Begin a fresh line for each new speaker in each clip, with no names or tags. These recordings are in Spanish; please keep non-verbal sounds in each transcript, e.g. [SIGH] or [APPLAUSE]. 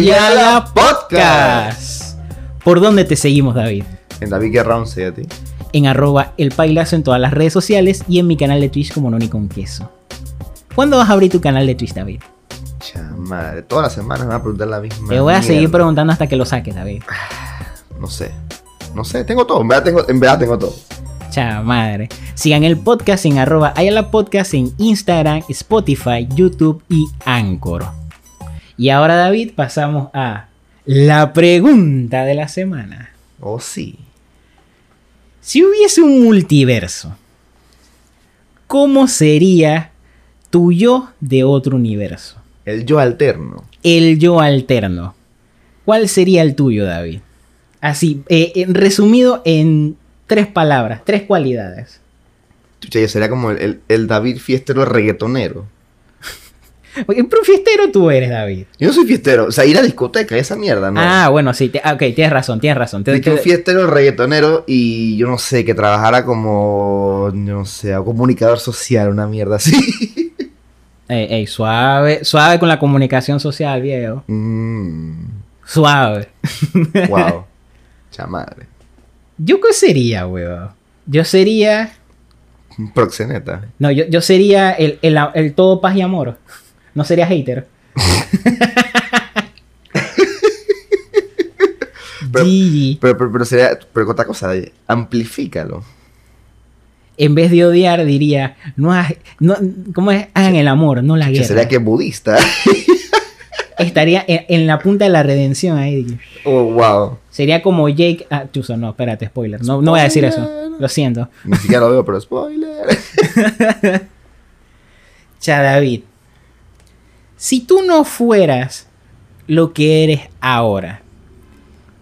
Yala Podcast.
¿Por dónde te seguimos, David?
En David Guerra 11 a ti.
En arroba el pailazo en todas las redes sociales y en mi canal de Twitch como Noni con Queso. ¿Cuándo vas a abrir tu canal de Twitch, David?
Chamadre, todas las semanas me va a preguntar la misma.
Te voy a seguir
mierda.
preguntando hasta que lo saques, David.
No sé. No sé, tengo todo. En verdad tengo, en verdad tengo todo.
Cha madre. Sigan el podcast en arroba Ayala Podcast en Instagram, Spotify, YouTube y Anchor. Y ahora, David, pasamos a la pregunta de la semana.
Oh, sí.
Si hubiese un multiverso, ¿cómo sería tu yo de otro universo?
El yo alterno.
El yo alterno. ¿Cuál sería el tuyo, David? Así, eh, en- resumido en tres palabras, tres cualidades.
Chucha, yo sería como el, el- el David fiestero reggaetonero.
Porque un fiestero tú eres, David.
Yo no soy fiestero. O sea, ir a discoteca, esa mierda, ¿no?
Ah, bueno, sí. te- ah, ok, tienes razón, tienes razón. Te-
De que
te-
un fiestero reggaetonero y yo no sé, que trabajara como, no sé, comunicador social, una mierda así. [LAUGHS]
Ey, ey, suave, suave con la comunicación social, viejo.
mm,
Suave. [LAUGHS]
wow. Chamadre.
¿Yo qué sería, weón? Yo sería...
Un proxeneta.
No, yo, yo sería el, el, el todo paz y amor. No sería hater.
[LAUGHS] Pero-
GG.
Pero, pero, pero sería, pero otra cosa, eh, amplifícalo.
En vez de odiar, diría... No, ha- no ¿Cómo es? Hagan el amor, no la
Que
guerra.
sería que budista.
[LAUGHS] Estaría en, en la punta de la redención ahí. dije.
oh, wow.
Sería como Jake... Ah, chuzo, no, espérate, spoiler. No, no voy a decir eso.
Spoiler.
Lo siento.
Ni siquiera lo veo, pero spoiler.
Cha David, si tú no fueras lo que eres ahora,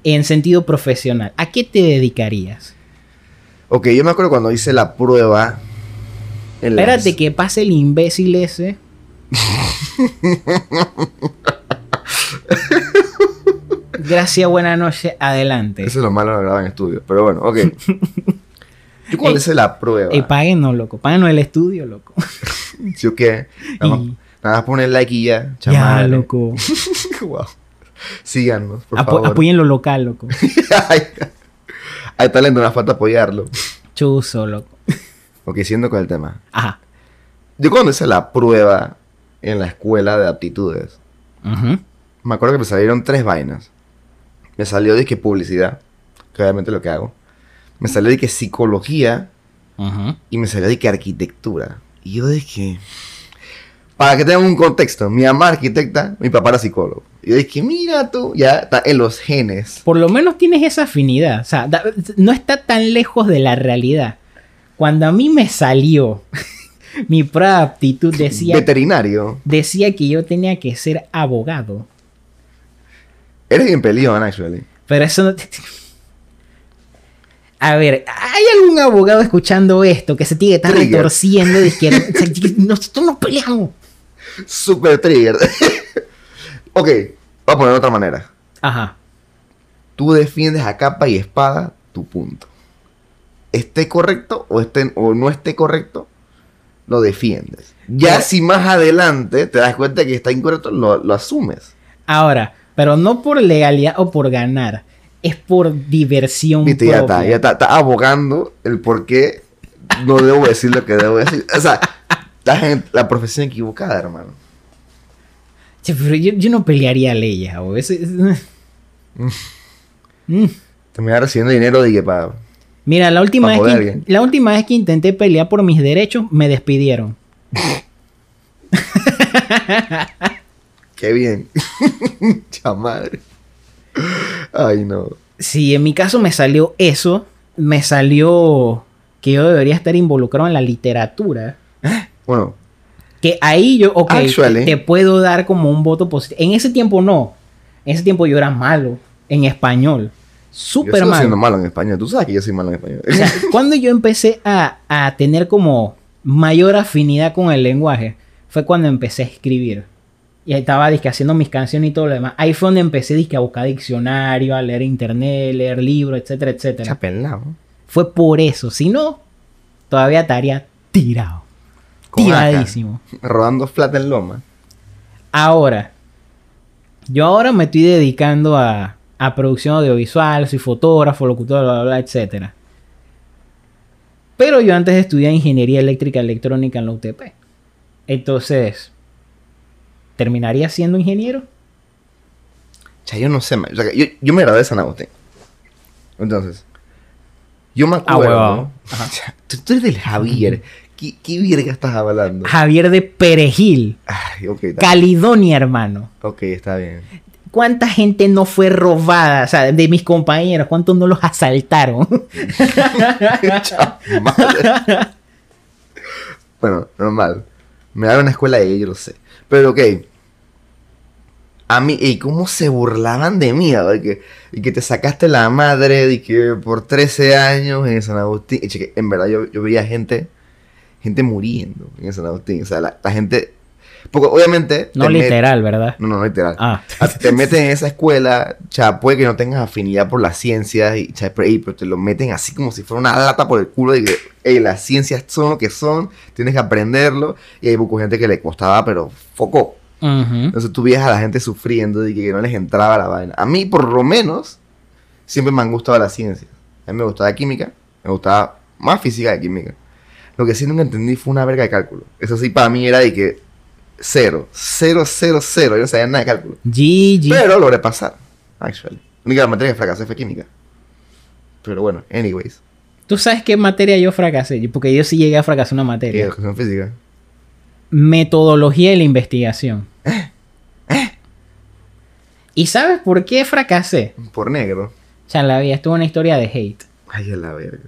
en sentido profesional, ¿a qué te dedicarías?
ok, yo me acuerdo cuando hice la prueba. en las-
Espérate que pase el imbécil
[LAUGHS]
ese. Gracias, buena noche, adelante.
Eso es lo malo de grabar en estudio. Pero bueno,
[LAUGHS]
ok. Yo
Ey,
cuando hice la prueba.
Ey, Eh, páguenos, loco, páguenos el estudio,
[LAUGHS]
loco.
¿Sí o qué? Nada más,
Y-
nada más poner like y ya.
ya,
chamadre.
loco.
[LAUGHS] Wow. Síganos, por
Apo-
favor. [LAUGHS]
apoyen lo local, loco.
Hay talento, nos falta apoyarlo.
Chuzo, loco.
Ok, siendo con el tema.
Ajá.
Yo cuando hice la prueba en la escuela de aptitudes,
Ujú.
me acuerdo que me salieron tres vainas. Me salió disque publicidad, que obviamente es lo que hago. Me salió disque psicología
Ujú.
y me salió disque arquitectura. Y yo dije, para que tengan un contexto, mi mamá arquitecta, mi papá era psicólogo. Y yo dije, mira tú, ya está en los genes.
por lo menos tienes esa afinidad. O sea, da- no está tan lejos de la realidad. Cuando a mí me salió [LAUGHS] mi prueba de aptitud, decía,
Veterinario.
decía que yo tenía que ser abogado.
Eres bien peleón, actually.
Pero eso no. te- [LAUGHS] A ver, ¿hay algún abogado escuchando esto que se tiene que estar
Trigger.
retorciendo de
[LAUGHS]
izquierda? O sea, que nosotros nos peleamos.
Super trigger. [LAUGHS] ok, voy a poner de otra manera.
Ajá.
Tú defiendes a capa y espada tu punto. Esté correcto o, esté, o no esté correcto, lo defiendes. Ya
Pero-
si más adelante te das cuenta que está incorrecto, lo, lo asumes.
Ahora, pero no por legalidad o por ganar. Es por diversión.
Viste, ya está,
propia.
ya está, está abogando el por qué no debo decir lo que debo decir. O sea, estás en la profesión equivocada, hermano.
Che, pero yo, yo no pelearía leyes, abogado. Eso- eso-
[LAUGHS]
Mm.
Terminar recibiendo dinero de que para...
Mira, la última,
Pa'
vez
joder a
que,
alguien.
la última vez que intenté pelear por mis derechos, me despidieron.
Qué bien. [LAUGHS] Chamadre. Ay, no.
Si en mi caso me salió eso, me salió que yo debería estar involucrado en la literatura.
Bueno,
Que ahí yo, ok,
Actually.
te, te puedo dar como un voto positivo. En ese tiempo no. En ese tiempo yo era malo. En español.
yo
Súper
sigo
malo.
siendo malo en español. Tú sabes que yo soy malo en español.
O sea, cuando yo empecé a, a tener como mayor afinidad con el lenguaje, fue cuando empecé a escribir. Y ahí estaba disque haciendo mis canciones y todo lo demás. Ahí fue donde empecé disque a buscar diccionario, a leer internet, leer libros, etcétera, etcétera.
Chapelado.
Fue por eso. Si no, todavía estaría tirado.
Con
Tiradísimo.
Rodando plata en loma.
Ahora, Yo ahora me estoy dedicando a, a producción audiovisual, soy fotógrafo, locutor, bla, bla, bla, etc. Pero yo antes estudié ingeniería eléctrica y electrónica en la UTP. Entonces, ¿terminaría siendo ingeniero?
O sea, yo no sé, man. O sea, que yo, yo me gradué de San Agustín. Entonces, yo me acuerdo. [LAUGHS]
huevón.
O sea, tú, tú eres del Javier. ¿Qué, qué verga estás hablando?
Javier de Perejil,
Ay, ok, está,
Calidonia, hermano.
ok, está bien.
¿Cuánta gente no fue robada? O sea, de mis compañeros, ¿cuántos no los asaltaron? [LAUGHS]
Madre. [LAUGHS] bueno, normal. Me daban una escuela de ellos, lo sé. Pero ok. A mí, y cómo se burlaban de mí, ¿verdad? que, y que te sacaste la madre, y que por 13 años en San Agustín. Y cheque, en verdad yo, yo veía gente, gente muriendo en San Agustín. O sea, la, la gente. Porque obviamente.
No
te met-
literal, ¿verdad?
No, no, no literal.
Ah,
A- te meten en esa escuela, cha, puede que no tengas afinidad por las ciencias, y, cha, pero, ey, pero te lo meten así como si fuera una lata por el culo de que ey, las ciencias son lo que son, tienes que aprenderlo, y hay poco gente que le costaba, pero foco.
ujú.
Entonces tú veías a la gente sufriendo y que no les entraba la vaina. A mí, por lo menos, siempre me han gustado las ciencias. A mí me gustaba química, me gustaba más física que química. Lo que sí nunca entendí fue una verga de cálculo. Eso sí, para mí era de que cero, cero, cero, cero. Yo no sabía nada de cálculo.
GG.
Pero logré pasar, actually. La única materia que fracasé fue química. Pero bueno, anyways.
¿Tú sabes qué materia yo fracasé? Porque yo sí llegué a fracasar una
¿Qué
materia.
eh, educación física?
Metodología de la
[GASPS]
investigación.
Eh,
¿Y sabes por qué fracasé?
Por negro.
O sea, la vida estuvo una historia de hate.
Ay, a la verga.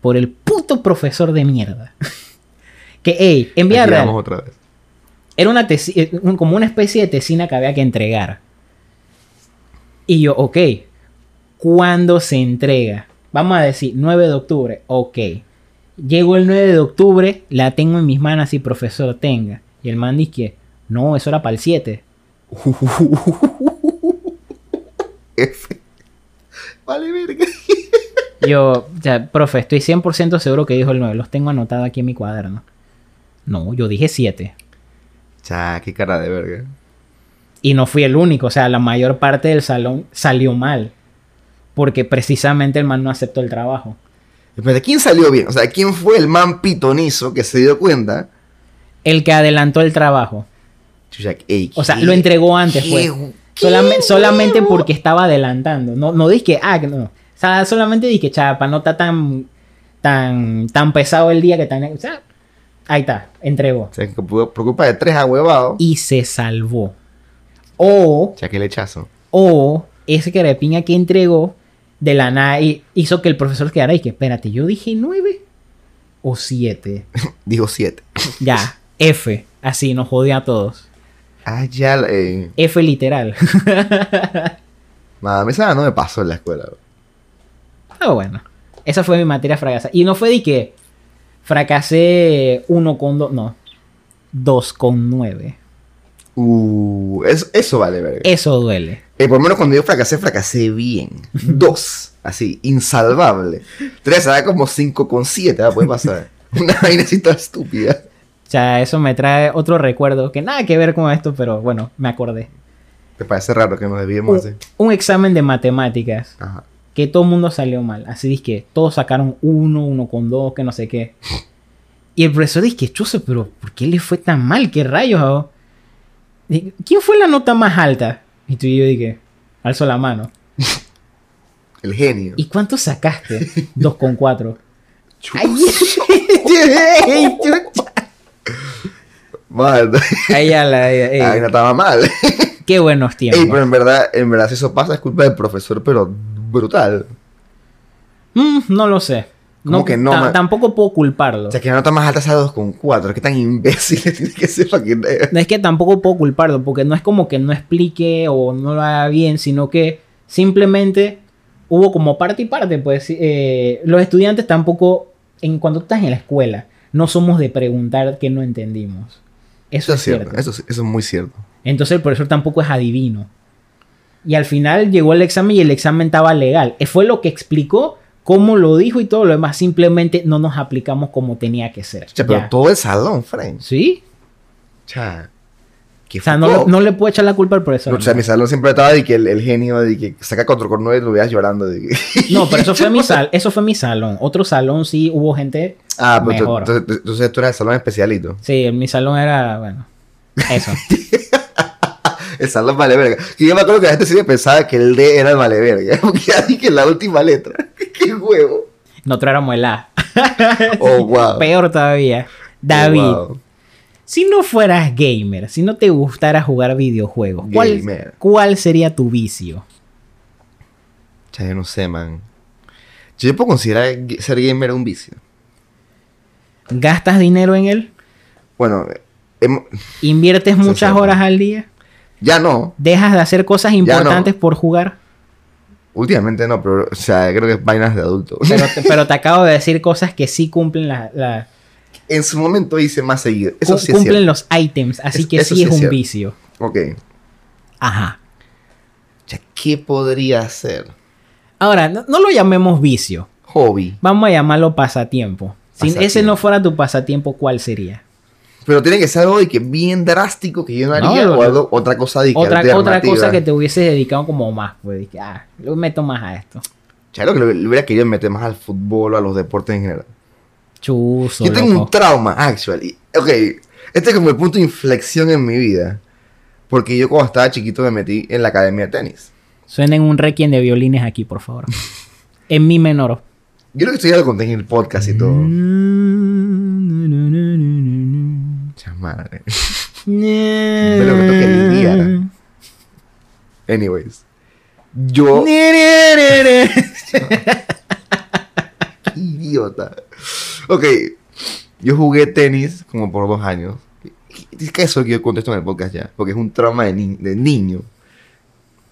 Por el puto profesor de mierda. [LAUGHS] que, ey, en vida
Aquí
real,
vamos otra vez. [LAUGHS]
Era una tesi- eh, un- como una especie de tesina que había que entregar. Y yo, ok, ¿cuándo se entrega? Vamos a decir 9 de octubre, ok. Llego el 9 de octubre, la tengo en mis manos y profesor tenga. Y el man dice que, no, eso era para el 7.
F. Vale, verga.
Yo, ya, profe, estoy 100% seguro que dijo el 9, los tengo anotado aquí en mi cuaderno. No, yo dije 7.
Cha, qué cara de verga.
Y no fui el único, o sea, la mayor parte del salón salió mal. Porque precisamente el man no aceptó el trabajo.
Espérate, ¿quién salió bien? O sea, ¿quién fue el man pitonizo que se dio cuenta?
El que adelantó el trabajo.
Chucha, ey,
O sea,
¿qué-
lo entregó antes,
qué
pues.
hu- qué
Solame- solamente
huevo?
porque estaba adelantando. No, no dije, ah, que no. O sea, solamente dije, chapa, no está tan, tan, tan pesado el día que tan. O sea, ahí está, entregó.
O sea, que pudo- por culpa de tres ahuevados.
Y se salvó. O,
Cha, qué lechazo.
o, ese carepiña que entregó de la nada y- hizo que el profesor quedara y que, espérate, yo dije nueve o siete.
Dijo siete.
Ya,
[LAUGHS]
F. Así nos jodía a todos.
Ah, ya, la- eh.
F literal.
Madame, esa no me pasó en la escuela. bro.
Pero Ah, bueno, esa fue mi materia fracasada. Y no fue de que fracasé 1 con 2, no, 2 con 9.
Uh, eso, eso vale, verga.
Eso duele.
Eh, por lo menos cuando yo fracasé,
[LAUGHS]
fracasé bien. Dos, así, insalvable. Tres, era como cinco con siete, ah,
[LAUGHS]
puede pasar. Una vaina así tan estúpida.
O sea, eso me trae otro recuerdo que nada que ver con esto, pero bueno, me acordé.
¿Te parece raro que nos
Un,
debíamos así?
un examen de matemáticas
Ajá.
que todo el mundo salió mal. Así dice que todos sacaron 1, 1 con 2, que no sé qué. Y el profesor dice que chuzo, pero ¿por qué le fue tan mal? ¿Qué rayos? oh?" Di- ¿Quién fue la nota más alta? Y tú y yo dije, alzo la mano.
El genio.
¿Y cuánto sacaste? 2,4. con cuatro.
Chu-
Ay, [LAUGHS] ey, chucha.
Mal.
Ay, a la- ey,
[LAUGHS] Ay, Ah, no estaba mal.
Qué buenos
Ey, pero
tiempos.
en verdad, en verdad, si eso pasa es culpa del profesor, pero brutal.
Mm, no lo sé.
¿Cómo
No,
que no,
ta-
man?
tampoco puedo culparlo.
O sea, que la nota más alta sea dos con cuatro. ¿Qué tan imbécil [LAUGHS] tiene que ser para que...
No es que tampoco puedo culparlo, porque no es como que no explique o no lo haga bien, sino que simplemente hubo como parte y parte. Pues eh, los estudiantes tampoco, en cuando tú estás en la escuela, no somos de preguntar que no entendimos. Eso,
Eso
es cierto.
Eso, es- eso es muy cierto.
Entonces el profesor tampoco es adivino. Y al final llegó el examen y el examen estaba legal. Eh, Fue lo que explicó cómo lo dijo y todo lo demás. Simplemente no nos aplicamos como tenía que ser.
Cha, pero
Ya.
todo el salón, French.
¿Sí?
Cha. ¿Qué
O sea,
fuck
no, le-
up?
no le puedo echar la culpa al profesor.
O sea, mi salón siempre estaba de que el, el genio de que saca cuatro cornudos y lo veas llorando. De que... [LAUGHS]
No, pero eso fue mi sal, eso fue mi salón. Otro salón sí hubo gente.
Ah, pero tú-
Mejor.
entonces, tú- entonces tú eras el salón especialito.
Sí, en mi salón era, bueno, eso.
El salón vale verga. Y yo me acuerdo que la gente siempre pensaba que el D era el vale verga. [LAUGHS] Porque ya dije la última letra. [LAUGHS] ¡Qué huevo!
Nosotros éramos el A. [LAUGHS]
Oh, wow.
Peor todavía. David,
Oh, wow.
si no fueras gamer, si no te gustara jugar videojuegos, ¿cuál,
Gamer.
cuál sería tu vicio?
Cha, yo no sé, man. Yo puedo considerar g- ser gamer un vicio.
¿Gastas dinero en él?
Bueno, em-
¿Inviertes
Sí,
muchas
sí, sí.
horas al día?
ya no.
¿Dejas de hacer cosas importantes por jugar?
[LAUGHS] Últimamente no, pero, o sea, creo que es vainas de adulto. [LAUGHS]
Pero te, pero te acabo de decir cosas que sí cumplen la, la-
en su momento hice más seguido. Eso
cu-
sí es
cumplen los
cierto.
ítems, así
Es-
que sí,
eso sí
es
es
un
cierto.
vicio.
Ok.
Ajá.
Cha, ¿qué podría ser?
Ahora, no, no lo llamemos vicio,
Hobby.
vamos a llamarlo pasatiempo. Si
Pasatiempo.
ese no fuera tu pasatiempo, ¿cuál sería?
Pero tiene que ser algo de que bien drástico que yo no haría
No,
o
no.
algo- otra cosa de que
Otra, otra
alternativa.
cosa que te hubieses dedicado como más, pues, dije, ah, lo meto más a esto.
Cha, yo creo que le, le hubiera querido meter más al fútbol o a los deportes en general.
Chuzo,
Yo tengo
loco.
un trauma, actually. Ok, este es como el punto de inflexión en mi vida. Porque yo cuando estaba chiquito me metí en la academia de tenis.
Suenen un requiem de violines aquí, por
[LAUGHS]
favor. en mi menor.
Yo creo que esto ya lo conté en el podcast y todo.
Mm.
Cha madre. lo que toque el día, ¿no? Anyways. Yo... Idiota. Ok, yo jugué tenis como por dos años. Es que eso que yo contesto en el podcast ya. Porque es un trauma de, ni- de niño.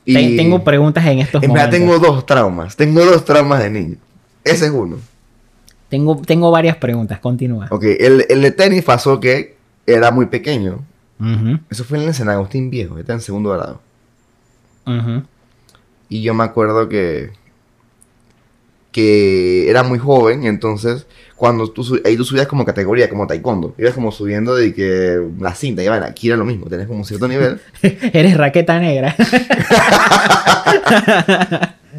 Y-
Te- Tengo preguntas en estos
En verdad
momentos.
tengo dos traumas. Tengo dos traumas de niño. Ese es uno.
Tengo, tengo varias preguntas, continúa.
Ok, el, el de tenis pasó que era muy pequeño.
Ujú,
Eso fue en el San Agustín Viejo, está en segundo grado.
ujú. [LAUGHS]
Y yo me acuerdo que. que era muy joven, entonces. Cuando tú, su- ahí tú subías como categoría, como taekwondo. Ibas como subiendo de que la cinta, y bueno, aquí era lo mismo, tenés como un cierto nivel.
Eres raqueta negra.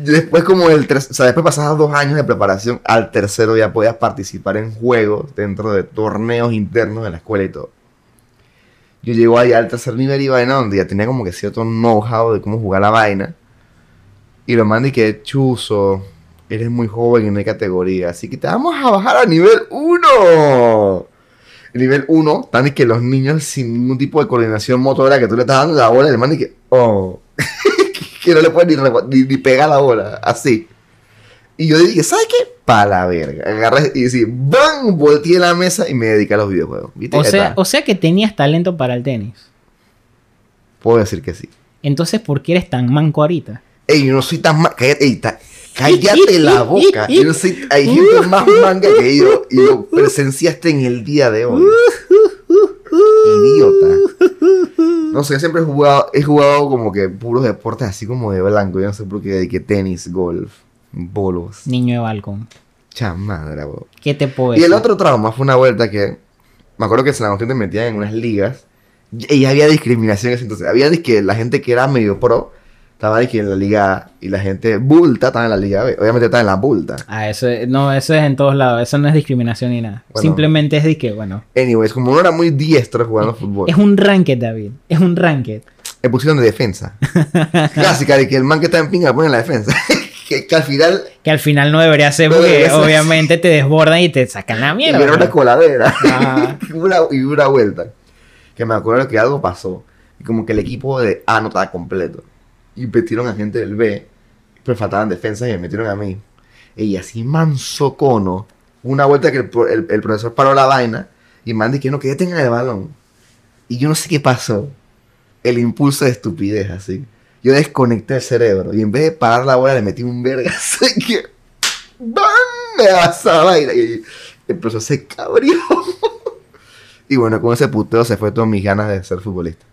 Después como el ter- o sea, después pasabas dos años de preparación, al tercero ya podías participar en juegos dentro de torneos internos de la escuela y todo. Yo llego allá al tercer nivel y vaina donde ya tenía como que cierto know-how de cómo jugar la vaina. Y lo mandé que chuzo, eres muy joven y no hay categoría, así que te vamos a bajar a nivel 1. El nivel 1, tan y que los niños sin ningún tipo de coordinación motora que tú le estás dando la bola, le mandan y que, oh, [LAUGHS] que no le pueden ni, revo- ni, ni pegar la bola, así. Y yo dije, ¿sabes qué? Pa' la verga. Agarré y decía, ¡bam! Volteé la mesa y me dediqué a los videojuegos. ¿Viste?
O
Ya
sea,
está.
o sea que tenías talento para el tenis.
Puedo decir que sí.
Entonces, ¿por qué eres tan manco ahorita?
Ey, yo no soy tan manga. Cállate, ey, ta- cállate la boca. Yo no soy. Hay gente más manga que yo. Y lo presenciaste en el día de hoy. Idiota. No sé, yo siempre he jugado, he jugado como que puros deportes así como de blanco. Yo no sé por qué, de que tenis, golf, bolos.
Niño de balcón.
Chamadra, bro.
¿Qué te puedo
Y
decir?
el otro trauma fue una vuelta que me acuerdo que San Agustín te metían en unas ligas y y había discriminación en ese entonces. Había de que la gente que era medio pro estaba de que en la liga A y la gente bulta estaba en la liga B. Obviamente estaba en la bulta.
Ah, eso es- no, eso es en todos lados. Eso no es discriminación ni nada.
Bueno.
Simplemente es de que, bueno,
Anyways, como no era muy diestro jugando fútbol,
es un ranked, David. Es un ranked.
me pusieron de defensa.
[LAUGHS]
Clásica de que el man que está en pinga pone en la defensa. [LAUGHS] que, que al final
Que al final no debería ser
No
porque
[LAUGHS] debería ser.
obviamente te desbordan y te sacan la mierda.
era una
¿no?
coladera.
Ah.
y, una, y una vuelta. Que me acuerdo que algo pasó. Y como que el equipo de A no estaba completo. Y metieron a gente del B. Pero faltaban defensas y me metieron a mí. Y así manso cono. Una vuelta que el, pro- el- el profesor paró la vaina. Y mandé que no, que ya tengan el balón. Y yo no sé qué pasó. El impulso de estupidez, así. Yo desconecté el cerebro. Y en vez de parar la bola, le metí un verga. Así que. ¡Bam! Me esa vaina. Y el profesor se cabrió. y bueno, con ese puteo se fue todas mis ganas de ser futbolista.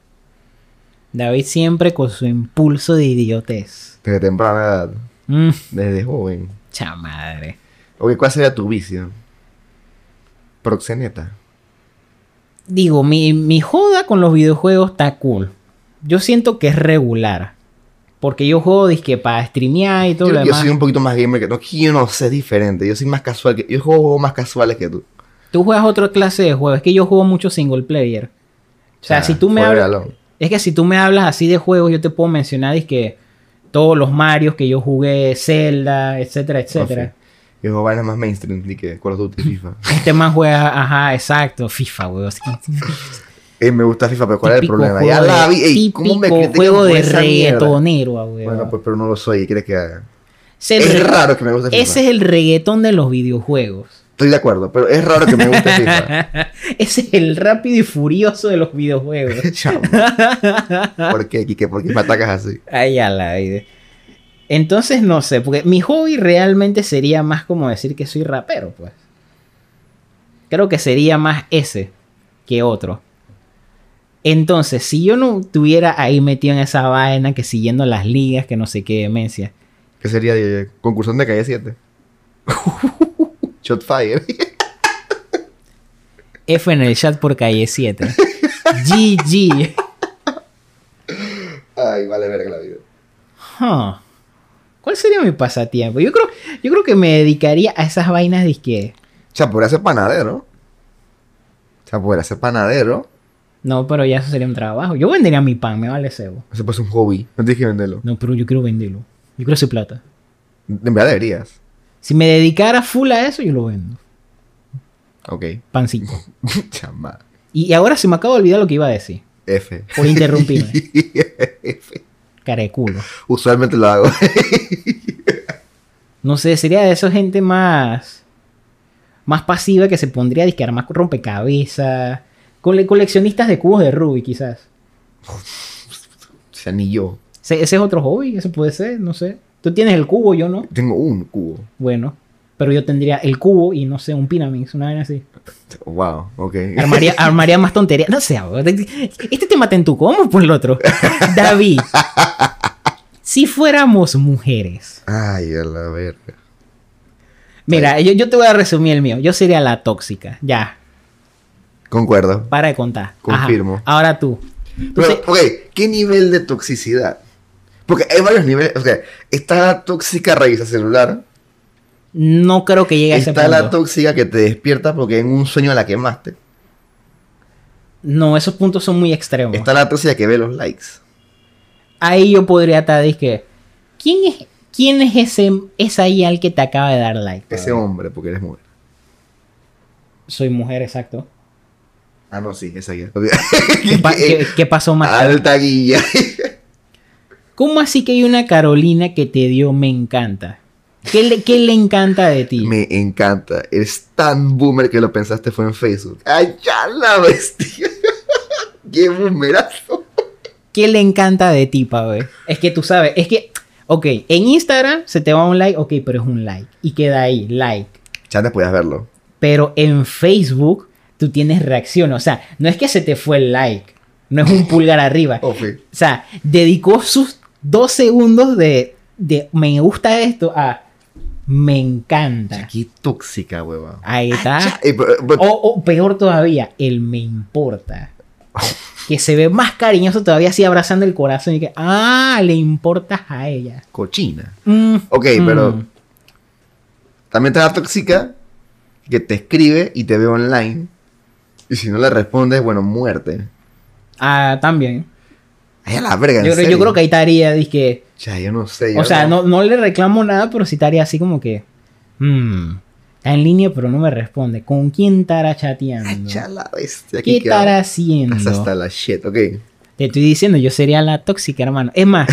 David siempre con su impulso de idiotez.
Desde temprana edad,
Mm,
desde joven.
chamadre.
Oye, ¿cuál sería tu vicio? Proxeneta.
digo, mi, mi joda con los videojuegos está cool. Yo siento que es regular. Porque yo juego disque para streamear y todo
Yo,
lo
yo
demás.
soy un poquito más gamer que tú. Aquí yo no sé, es diferente. Yo soy más casual que... Yo juego juegos más casuales que tú.
Tú juegas otra clase de juegos. Es que yo juego mucho single player. O sea, si tú me
fuera de
hablas.
galón.
Es que si tú me hablas así de juegos, yo te puedo mencionar que todos los Marios que yo jugué, Zelda, etcétera, etcétera.
Yo juego vainas más mainstream, ni que Call of Duty, FIFA.
Este man juega, ajá, exacto, FIFA, weón. Este
Eh, me gusta FIFA, pero ¿cuál es el
Típico
problema? Ya
juego
la
de-
vi. Ey, ¿cómo me
típico
critican
juego
por
de
esa mierda?
reggaetonero, ah, weón.
Bueno, pues, pero no lo soy. ¿Qué ¿Quieres que haga?
Ese
Es
re-
raro que me guste FIFA.
Ese es el reggaetón de los videojuegos.
Estoy de acuerdo, pero es raro que me
[LAUGHS]
guste FIFA.
ese es el rápido y furioso de los videojuegos.
Chamo. ¿Por qué, Kike? ¿Por qué me atacas así?
Ay, a la aire. Entonces no sé, porque mi hobby realmente sería más como decir que soy rapero, pues. Creo que sería más ese que otro. Entonces, si yo no estuviera ahí metido en esa vaina, que siguiendo las ligas, que no sé qué demencia.
¿Qué sería de concursante de calle 7? [LAUGHS] Shot fire.
F en el chat por calle 7. GG.
Ay, vale verga la vida.
Huh. ¿Cuál sería mi pasatiempo? Yo creo, yo creo que me dedicaría a esas vainas de que
O sea, podría ser panadero. O sea, podría ser panadero.
No, pero ya eso sería un trabajo. Yo vendería mi pan, me vale cebo.
Eso puede ser un hobby. No tienes que venderlo.
No, pero yo quiero venderlo. Yo quiero hacer plata.
En verdad deberías.
Si me dedicara full a eso, yo lo vendo.
Ok. [LAUGHS]
Pancito.
Chama.
Y, y ahora se me acaba de olvidar lo que iba a decir.
F.
Por interrumpirme. Careculo.
[LAUGHS] Usualmente lo hago.
No sé, sería de esa gente más. Más pasiva que se pondría a disquear más rompecabezas. Cole- coleccionistas de cubos de Rubik, quizás.
o sea, ni yo.
Se- ese es otro hobby, eso puede ser, no sé. Tú tienes el cubo, yo no.
Tengo un cubo.
Bueno, pero yo tendría el cubo y no sé, un Pinamix, una vaina así.
Wow, ok. [LAUGHS]
Armaría, armaría más tonterías. No sé, abogado. este tema te entucó, vamos por el otro. David, si fuéramos mujeres,
Ay, a la verga.
mira, yo, yo te voy a resumir el mío. Yo sería la tóxica, ya,
Concuerdo.
para de contar. Ajá.
Confirmo.
Ahora tú. Tú
Pero,
se-
ok, ¿qué nivel de toxicidad? Porque hay varios niveles. O sea, está la tóxica raíz celular.
no creo que llegue a ese
Está
punto.
la tóxica que te despierta porque en un sueño la quemaste.
no, esos puntos son muy extremos.
Está la tóxica que ve los likes.
Ahí yo podría estar, dije, ¿quién es, quién es ese, es ahí al que te acaba de dar like?
Ese hombre, porque eres mujer.
Soy mujer,
[LAUGHS]
exacto.
Ah, no, sí, esa [LAUGHS] guía.
¿Qué, pa- qué- qué pasó más?
Alta guía.
¿Cómo así que hay una Carolina que te dio me encanta? ¿Qué le, qué le encanta de ti?
[LAUGHS] Me encanta. Eres tan boomer que lo pensaste fue en Facebook. Ay, ya la bestia. [LAUGHS] Qué boomerazo.
¿Qué le encanta de ti, Pabé? Es que tú sabes, es que, ok, en Instagram se te va un like, ok, pero es un like. Y queda ahí, like.
Ya antes podías verlo.
Pero en Facebook tú tienes reacción, o sea, no es que se te fue el like, no es un pulgar arriba. O
Ok.
sea, dedicó sus dos segundos de, de me gusta esto a me encanta.
Qué tóxica, hueva.
Ahí está.
Ya, eh, pero- pero-
O, o peor todavía, el me importa. Que se ve más cariñoso todavía así abrazando el corazón y que, ah, le importas a ella.
Cochina.
Mm,
Ok,
mm.
pero también está la tóxica que te escribe y te ve online. Y si no le respondes, bueno, muerte.
Ah, también.
Ay, a la verga, en
Yo, creo- yo
serio.
creo que ahí estaría, dizque,
Ya, yo no sé. yo
o sea, no, no le reclamo nada, pero sí estaría así como que, mm, está en línea pero no me responde. ¿Con quién estará
Ay,
chateando?
ya la bestia.
¿Qué
aquí queda-
estará haciendo?
Estás hasta la shit, ok.
Te estoy diciendo, yo sería la tóxica, hermano. Es más,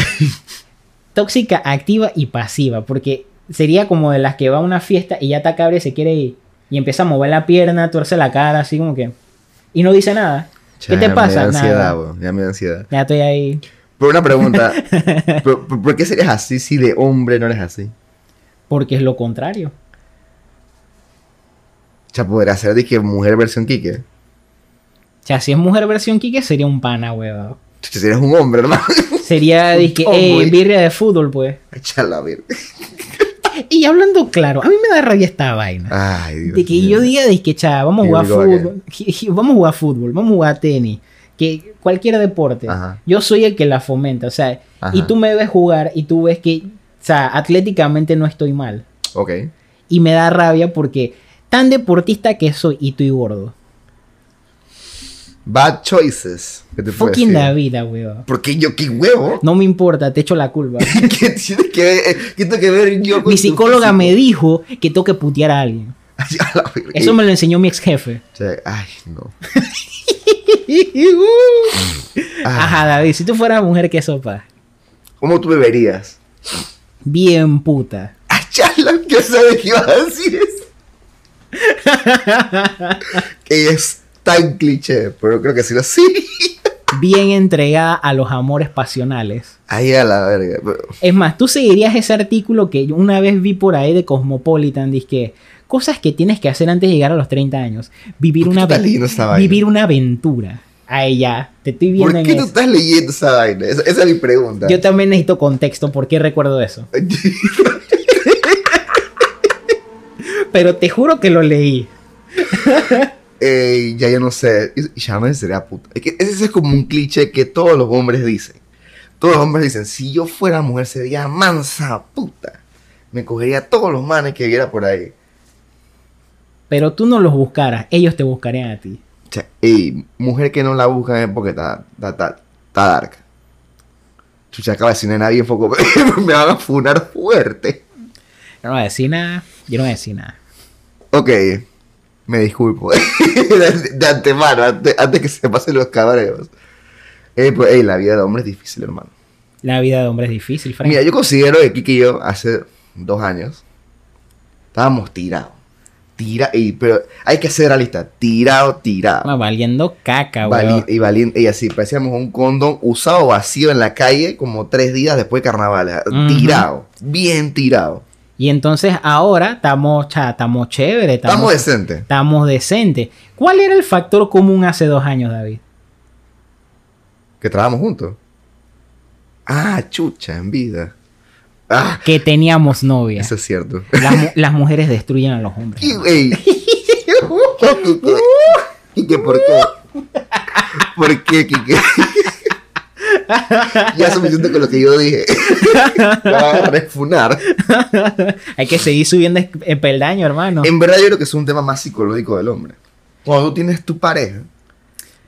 tóxica activa y pasiva, porque sería como de las que va a una fiesta y ya está cabrea y se quiere ir. Y empieza a mover la pierna, tuerce la cara, así como que. Y no dice nada.
Ya,
¿Qué te
me
pasa?
da ansiedad,
Nada.
weón, Ya me da ansiedad.
Ya estoy ahí.
Pero
[LAUGHS]
una pregunta. ¿por, por, por qué serías así si de hombre no eres así?
Porque es lo contrario.
O sea, podría ser de que mujer versión Kike.
O sea, si es mujer versión Kike, sería un pana, huevado.
Si eres un hombre, hermano. [LAUGHS]
Sería,
Un
dizque,
tomboy.
"Ey, birria de fútbol, pues.
Ay, ya la verga.
y hablando claro, a mí me da rabia esta vaina.
Ay, Dios
De que
mío.
yo diga, de que chá, vamos a
Y
jugar
digo, ¿a qué?
fútbol, [LAUGHS] vamos a jugar fútbol, vamos a jugar tenis, que cualquier deporte,
Ajá.
yo soy el que la fomenta, o sea,
Ajá.
y tú me ves jugar y tú ves que, o sea, atléticamente no estoy mal.
Ok.
Y me da rabia porque tan deportista que soy y estoy gordo.
Bad choices. ¿Qué te puedo
Fucking
decir?
la vida, weón.
Porque yo qué huevo.
No me importa, te echo la
[LAUGHS]
culpa.
¿Qué tiene que ver, Eh, qué tengo que ver yo con
Mi
tu
psicóloga
físico?
me dijo que tengo que putear a alguien.
[LAUGHS] Ay, a la verga.
Eso me lo enseñó mi ex
[LAUGHS]
jefe.
O sea, Ay, no. Ah,
Ajá, David, si tú fueras mujer, ¿qué sopa?
¿Cómo tú beberías? [LAUGHS]
Bien puta.
Ah, chala, yo sabía que ibas a decir
[LAUGHS]
eso. que es tan cliché, pero creo que sí lo [LAUGHS] sí.
bien entregada a los amores pasionales.
Ay, a la verga. pero-
Es más, tú seguirías ese artículo que yo una vez vi por ahí de Cosmopolitan, que cosas que tienes que hacer antes de llegar a los 30 años. Vivir
¿Por qué
una,
tú estás
ave-
leyendo esa vaina?
vivir una aventura. Ahí ya, te estoy viendo
¿Por
en
qué tú
eso.
estás leyendo esa vaina? Esa, esa es mi pregunta. [LAUGHS]
Yo también necesito contexto, ¿por qué recuerdo eso? Pero te juro que lo leí.
Eh, ya yo no sé. Y- y Ya no sería puta. Es que ese es como un cliché que todos los hombres dicen. Todos los hombres dicen, si yo fuera mujer sería mansa puta. Me cogería a todos los manes que viera por ahí.
Pero tú no los buscaras, ellos te buscarían a ti.
O sea, ey, mujer que no la buscan es porque está, está, está, está dark. Chucha, acaba de decir nena bien foco. [LAUGHS] me van a funar fuerte.
Yo no voy a decir nada, yo no voy a decir nada.
Ok, me disculpo. [LAUGHS] de, de antemano, ante- antes que se pasen los cabreos. Eh, pues, ey, la vida del hombre es difícil, hermano.
La vida de hombre es difícil, Frank.
Mira, yo considero que Kiki y yo hace dos años estábamos tirados. Tira, ey, pero hay que ser realista. Tirado, tirado.
Ah, valiendo caca,
Vali-
weón.
y valiente, y así, parecíamos un condón usado vacío en la calle como tres días después de carnaval.
Ujú.
Tirado, bien tirado.
Y entonces ahora estamos, cha, estamos chévere,
Estamos
estamos,
decentes.
estamos decentes. ¿Cuál era el factor común hace dos años, David?
Que trabajamos juntos. Ah, chucha, en vida. Ah,
Que teníamos novia.
eso es cierto.
Las, mu- las mujeres destruyen a los hombres.
Y, ey. ¿Y que por qué? ¿Por qué, Kike? ya suficiente con lo que yo dije. Me van a refunar.
Hay que seguir subiendo es- el peldaño, hermano.
En verdad yo creo que es un tema más psicológico del hombre. Cuando tú tienes tu pareja,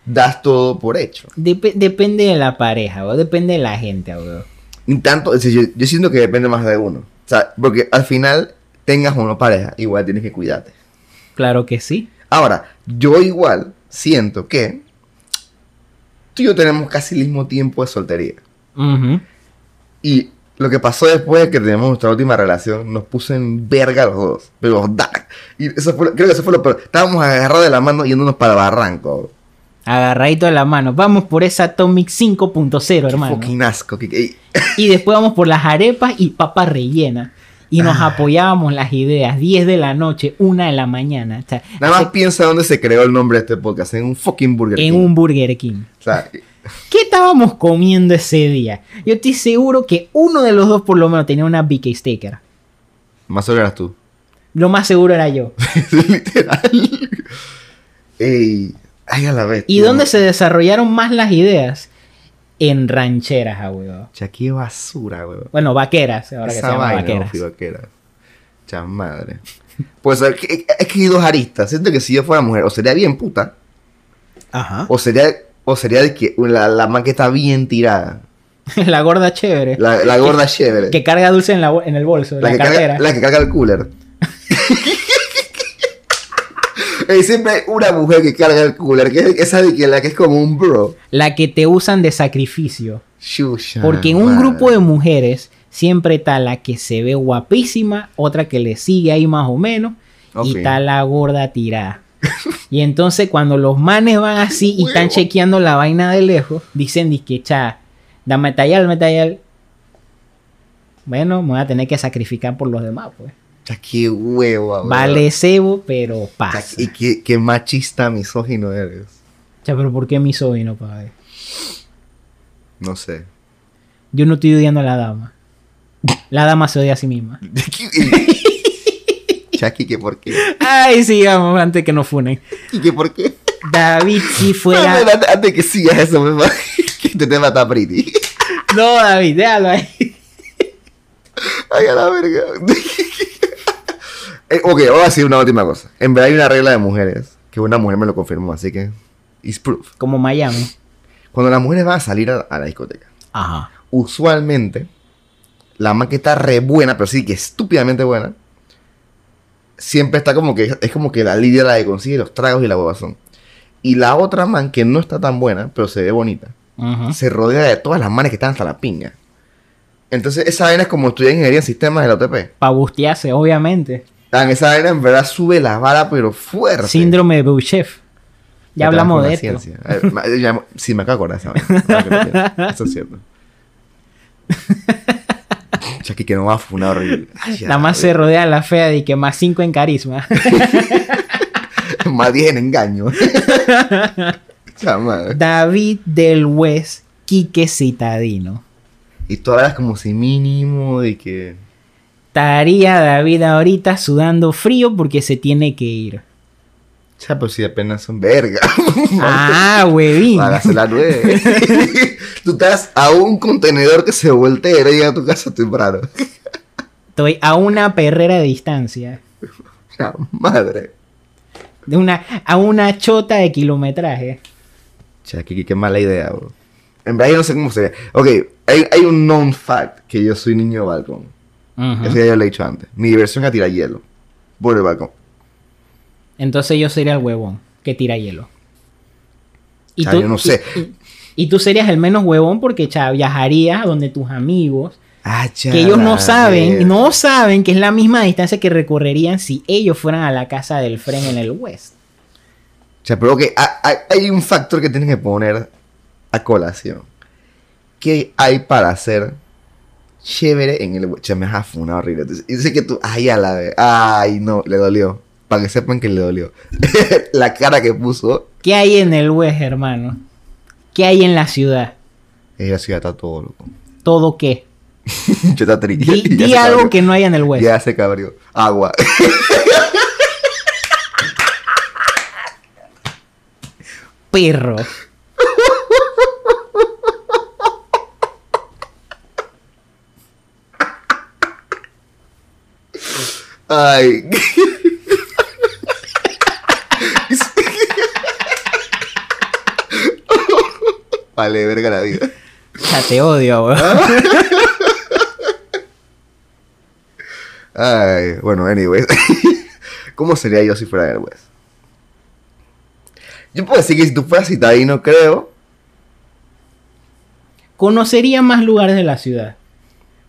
das todo por hecho.
Dep- depende de la pareja, o depende de la gente, weón.
Y tanto, es decir, yo, yo siento que depende más de uno. O sea, porque al final tengas una pareja, igual tienes que cuidarte.
Claro que sí.
Ahora, yo igual siento que tú y yo tenemos casi el mismo tiempo de soltería.
Ujú.
Y lo que pasó después de que teníamos nuestra última relación, nos puso en verga los dos. Pero da. Y eso fue, lo- creo que eso fue lo peor. Estábamos agarrados de la mano yéndonos para barranco.
Agarradito de la mano. Vamos por esa Atomic 5.0,
Qué
hermano.
fucking asco. que- que-
Y después vamos por las arepas y papa rellena. Y nos
Ah.
apoyábamos las ideas. 10 de la noche, 1 de la mañana. O sea,
Nada más piensa dónde se creó el nombre de este podcast. En un fucking Burger
en
King.
un Burger King.
O sea, eh,
¿Qué estábamos comiendo ese día? Yo estoy seguro que uno de los dos por lo menos tenía una BK Sticker.
más solo eras tú. [LAUGHS]
Lo más seguro era yo.
Literal. Ey. Ay, a la vez.
¿Y dónde se desarrollaron más las ideas? En rancheras, ah, weón.
Cha, qué basura, weón.
Bueno, vaqueras, ahora que se
Esa
llaman
vaina,
vaqueras.
ufi, vaquera. Cha madre. Pues es que, es que hay dos aristas. Siento que si yo fuera mujer, o sería bien puta,
Ajá.
o sería, o sería de que la, la man que está bien tirada.
[LAUGHS] la gorda chévere.
La, la gorda chévere.
Que carga dulce en, la bol- en el bolso, en la,
que
cartera.
carga, la que carga
[LAUGHS]
el cooler. Ey, siempre hay una mujer que carga el cooler, que es esa de que la que es como un bro.
la que te usan de sacrificio.
Shusha,
Porque en un
madre.
grupo de mujeres siempre está la que se ve guapísima, otra que le sigue ahí más o menos,
Ok.
y está la gorda tirada. y entonces cuando los manes van así y están
Huevo.
chequeando la vaina de lejos, dicen disque, cha, dame tallal, me tallal. Bueno, me voy a tener que sacrificar por los demás, pues.
Cha, qué hueva, bro.
Vale cebo, pero
Cha,
pasa.
y qué, qué machista misógino eres.
Cha, pero ¿por qué misógino, padre?
No sé.
Yo no estoy odiando a la dama. La dama se odia a sí
[LAUGHS]
misma.
Chucky, ¿qué eh, por qué?
Ay, sigamos antes que nos funen.
¿Y qué por qué?
David si
No,
fuera.
mira, antes- antes que sigas eso, me va- que este tema está pretty.
No, David, déjalo ahí.
Ay, a la verga. [LAUGHS] Eh, ok, voy a decir una última cosa. En verdad hay una regla de mujeres, que una mujer me lo confirmó, así que... It's proof.
Como Miami.
Cuando las mujeres van a salir a, a la discoteca,
Ajá.
usualmente, la man que está re buena, pero sí que estúpidamente buena, siempre está como que... Es como que la líder la que consigue los tragos y la huevazón. Y la otra man que no está tan buena, pero se ve bonita,
Ujú.
se rodea de todas las manes que están hasta la pinga. Entonces, esa vaina es como estudiar ingeniería en sistemas de la UTP.
Pa' bustearse, obviamente.
En esa vaina en verdad sube la vara, pero fuerte.
Síndrome de Buchev. Ya
Yo trabajo
hablamos
en
de
la
esto.
ciencia. Eh, ma- eh, ya- sí, me acabo de acordar de esa vaina. Ahora que lo pienso. Eso es
[LAUGHS]
cierto. Chucky que no va a funar horrible. Ay, ya,
Nada más se
güey.
rodea a la fea de que más 5 en
[LAUGHS]
carisma.
Más 10 en engaño. [LAUGHS] Chama.
David del West, Quique Citadino.
Y tú hablas como si mínimo de que.
Estaría David ahorita sudando frío porque se tiene que ir.
Chá, pero si apenas son verga.
ah, huevín.
Hágase la
[LAUGHS]
nueve. Tú estás a un contenedor que se voltea y llega a tu casa temprano.
Estoy a una perrera de distancia.
La madre.
De una, a una chota de kilometraje.
Chucky, qué mala idea, bro. En verdad yo no sé cómo sería. Ok, hay, hay un known fact que yo soy niño de balcón.
Ujú.
Eso ya yo lo he dicho antes. Mi diversión es tirar hielo. Por el balcón.
Entonces yo sería el huevón que tira hielo.
Ya, yo no sé.
Y, y tú serías el menos huevón porque cha, viajarías a donde tus amigos,
Ah, ya
que ellos no
la
saben,
verga.
no saben que es la misma distancia que recorrerían si ellos fueran a la casa del Fren en el West.
O sea, pero ok, ha- ha- hay un factor que tienen que poner a colación. ¿Qué hay para hacer chévere en el... Che, me has afunado horrible. Entonces, Dice que tú... Ay, a la vez. Ay, no, le dolió. Para que sepan que le dolió. [LAUGHS] la cara que puso.
¿Qué hay en el West, hermano? ¿Qué hay en la ciudad?
Es la ciudad está todo loco.
¿Todo qué?
Yo está triste.
Di,
[LAUGHS] Ya
di
se
algo
cabrió.
que no hay en el West.
Ya se cabrió. Agua.
Perro.
Ay. [LAUGHS] vale, verga la vida.
Ya te odio, weón.
Ay, bueno, anyways. [LAUGHS] ¿Cómo sería yo si fuera Airways? Yo puedo decir que si tú fueras citadino, creo.
Conocería más lugares de la ciudad.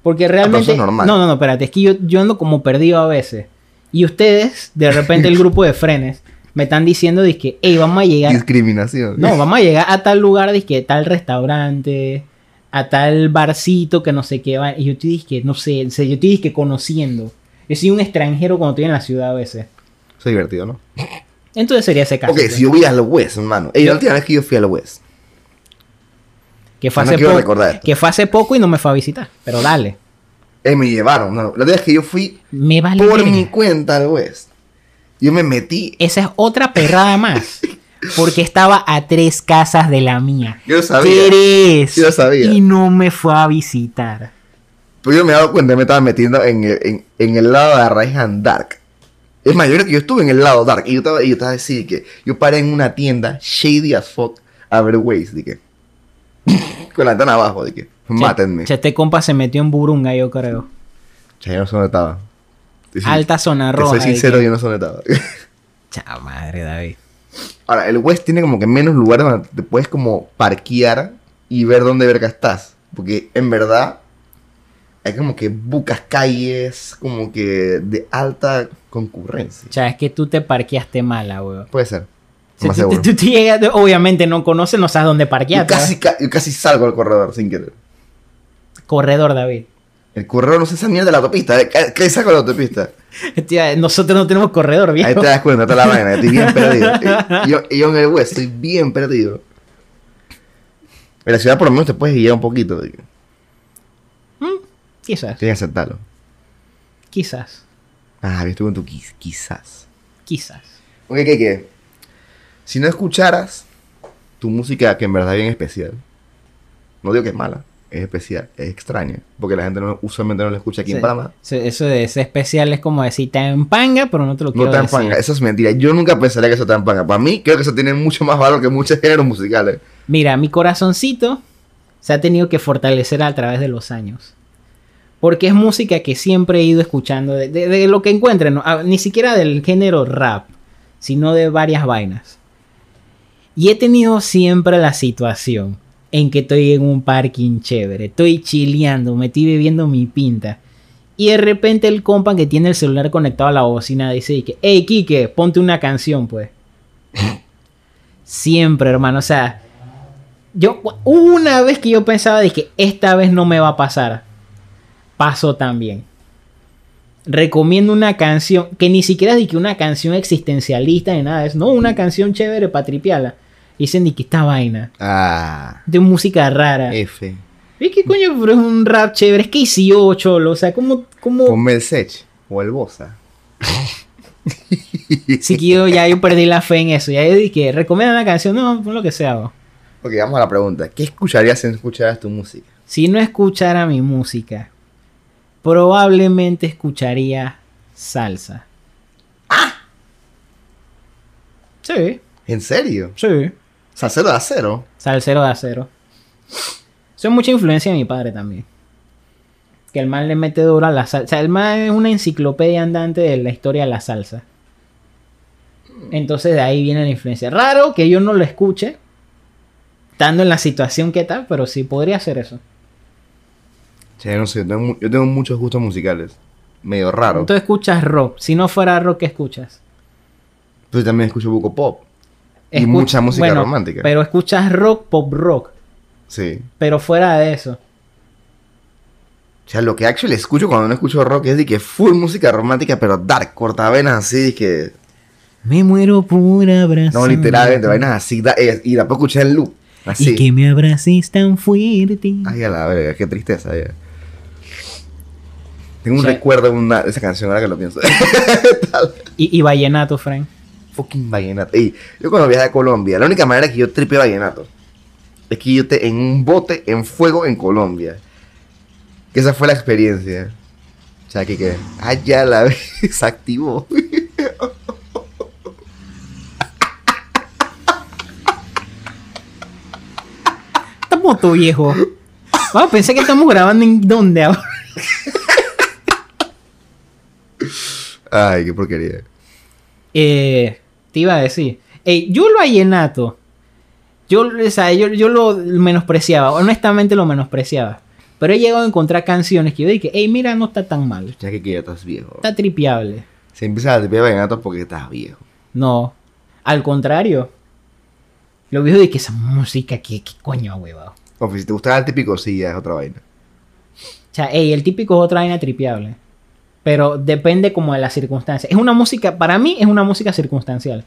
Porque realmente.
Ah, es normal.
No, no, no, espérate. Es que yo, yo ando como perdido a veces. Y ustedes, de repente,
[LAUGHS]
el grupo de frenes, me están diciendo que, hey, vamos a llegar.
Discriminación.
No, vamos a llegar a tal lugar, que tal restaurante, a tal barcito que no sé qué va. Y yo te dije, no sé, en serio, yo te dije conociendo. Yo soy un extranjero cuando estoy en la ciudad a veces.
Soy divertido, ¿no?
Entonces sería ese caso.
ok,
pues,
si yo voy a los West, hermano. Ey, la última vez que yo fui a los West.
que, fue
no
hace
quiero
poco-
recordar esto.
que fue hace poco y no me fue a visitar. Pero dale.
Ey, eh, me llevaron. No, la última vez que yo fui
Me vale.
por
verga.
mi cuenta al West. Yo me metí.
Esa es otra perrada más. Porque estaba a tres casas de la mía.
Yo lo sabía.
Tres.
Yo lo sabía.
Y no me fue a visitar.
Pero yo me he dado cuenta, me estaba metiendo en el, en, en el lado de Arraigan Dark. Es más, yo creo que yo estuve en el lado Dark. Y yo estaba, y yo estaba así, que yo paré en una tienda, shady as fuck, a ver Waze, de que. [LAUGHS] Con la ventana abajo, de que. Mátenme.
Che, este compa se metió en Burunga, yo creo.
Che, yo no sé dónde estaba. Te-
Alta zona
te
roja.
soy
de
sincero,
que-
yo no sé dónde estaba.
Chao, madre, David.
Ahora, el West tiene como que menos lugares donde te puedes como parquear y ver dónde verga estás. Porque en verdad hay como que bucas calles, como que de alta concurrencia.
Chao, es que tú te parqueaste mala, weón.
Puede ser.
Si
más
tú,
seguro.
tú- tú llegas, obviamente no conoces, no sabes dónde
Yo
parquear.
casi, ca- yo casi salgo al corredor sin querer.
Corredor, David. [LAUGHS]
El corredor no se esa mierda de la autopista. eh, ca- Casi salgo de la autopista.
Tía, Nosotros no tenemos corredor, viejo.
Ahí te das cuenta, está la vaina. Estoy bien perdido. Y yo, y yo en el West estoy bien perdido. En la ciudad por lo menos te puedes guiar un poquito. digo.
Quizás,
Tienes que aceptarlo.
quizás,
Ah, yo estuve con tu qui- quizás.
quizás.
Ok, ¿qué, qué? Si no escucharas tu música, que en verdad es bien especial, no digo que es mala, es especial, es extraña, porque la gente no, usualmente no la escucha aquí
Sí.
en Panamá.
Se- Eso de ese especial es como decir, te empanga, pero no te lo quiero
No tan
decir.
panga, eso es mentira. Yo nunca pensaría que eso tan panga. Para mí, creo que eso tiene mucho más valor que muchos géneros musicales.
Mira, mi corazoncito se ha tenido que fortalecer a través de los años. Porque es música que siempre he ido escuchando, de, de- de lo que encuentren, ¿no? Ah, ni siquiera del género rap, sino de varias vainas. Y he tenido siempre la situación en que estoy en un parking chévere, estoy chileando, me estoy bebiendo mi pinta. Y de repente el compa que tiene el celular conectado a la bocina dice y que, hey Kike, ponte una canción pues. [LAUGHS] siempre, hermano, o sea, yo hubo una vez que yo pensaba de que esta vez no me va a pasar. Pasó también. Recomiendo una canción que ni siquiera es de que una canción existencialista ni nada, es no una canción chévere para tripearla. Dicen de que esta vaina
Ah,
de música rara.
F.
¿Ves qué coño? Pero es un rap chévere. Es que hicieron cholo. O sea, como, como
Ponme el Sech o el Bosa.
si quiero, ya yo perdí la fe en eso. Ya yo dije, recomienda una canción. No, pon lo que sea. bo.
[LAUGHS] Ok, vamos a la pregunta. ¿Qué escucharías si no escucharas tu música?
Si no escuchara mi música, probablemente escucharía salsa. Sí,
¿En serio?
sí.
¿Salsero de acero?
Salsero de acero. Eso es mucha influencia de mi padre también. Que el man le mete duro a la salsa. O sea, el man es una enciclopedia andante de la historia de la salsa. Entonces de ahí viene la influencia. Raro que yo no lo escuche. Estando en la situación que está, pero sí podría hacer eso.
Che, no sé, yo tengo, mu- yo tengo muchos gustos musicales. Medio raro.
Tú escuchas rock. Si no fuera rock, ¿qué escuchas?
Pero también escucho poco pop. Y
Escu-
mucha música romántica.
Pero escuchas rock, pop rock.
Sí.
Pero fuera de eso.
O sea, lo que actually escucho cuando no escucho rock es de que full música romántica, pero dark, cortavenas así, de que...
Me muero por abrazar.
No, literalmente, vainas así. da- eh, y la puedo escuchar en loop. Así.
Y que me abraces tan fuerte.
Ay, a la verga, qué tristeza. ya. Tengo un
O sea-
recuerdo de, una, de esa canción ahora que lo pienso.
Y, y vallenato, Frank.
Fucking vallenato. Ey, yo cuando viajé a Colombia, la única manera que yo tripe vallenato es que yo esté en un bote en fuego en Colombia. Que esa fue la experiencia. O sea, que que. Ay, ya la [LAUGHS] vez activó.
Estamos todo viejo. Vamos, pensé que estamos grabando en dónde ahora.
Ay, qué porquería.
Eh, te iba a decir. Eh, yo lo vallenato. Yo, o sea, yo, yo lo menospreciaba. Honestamente lo menospreciaba. Pero he llegado a encontrar canciones que yo dije, hey, mira, no está tan mal.
Ya que, que ya estás viejo.
Está tripeable.
Se empieza a tripear vallenato porque estás viejo.
No. Al contrario. Lo viejo de que esa música, que qué coño, huevado.
O si te gustaba el típico, sí, ya es otra vaina.
O sea, ey, el típico es otra vaina tripeable. Pero depende como de las circunstancias. Es una música, para mí es una música circunstancial.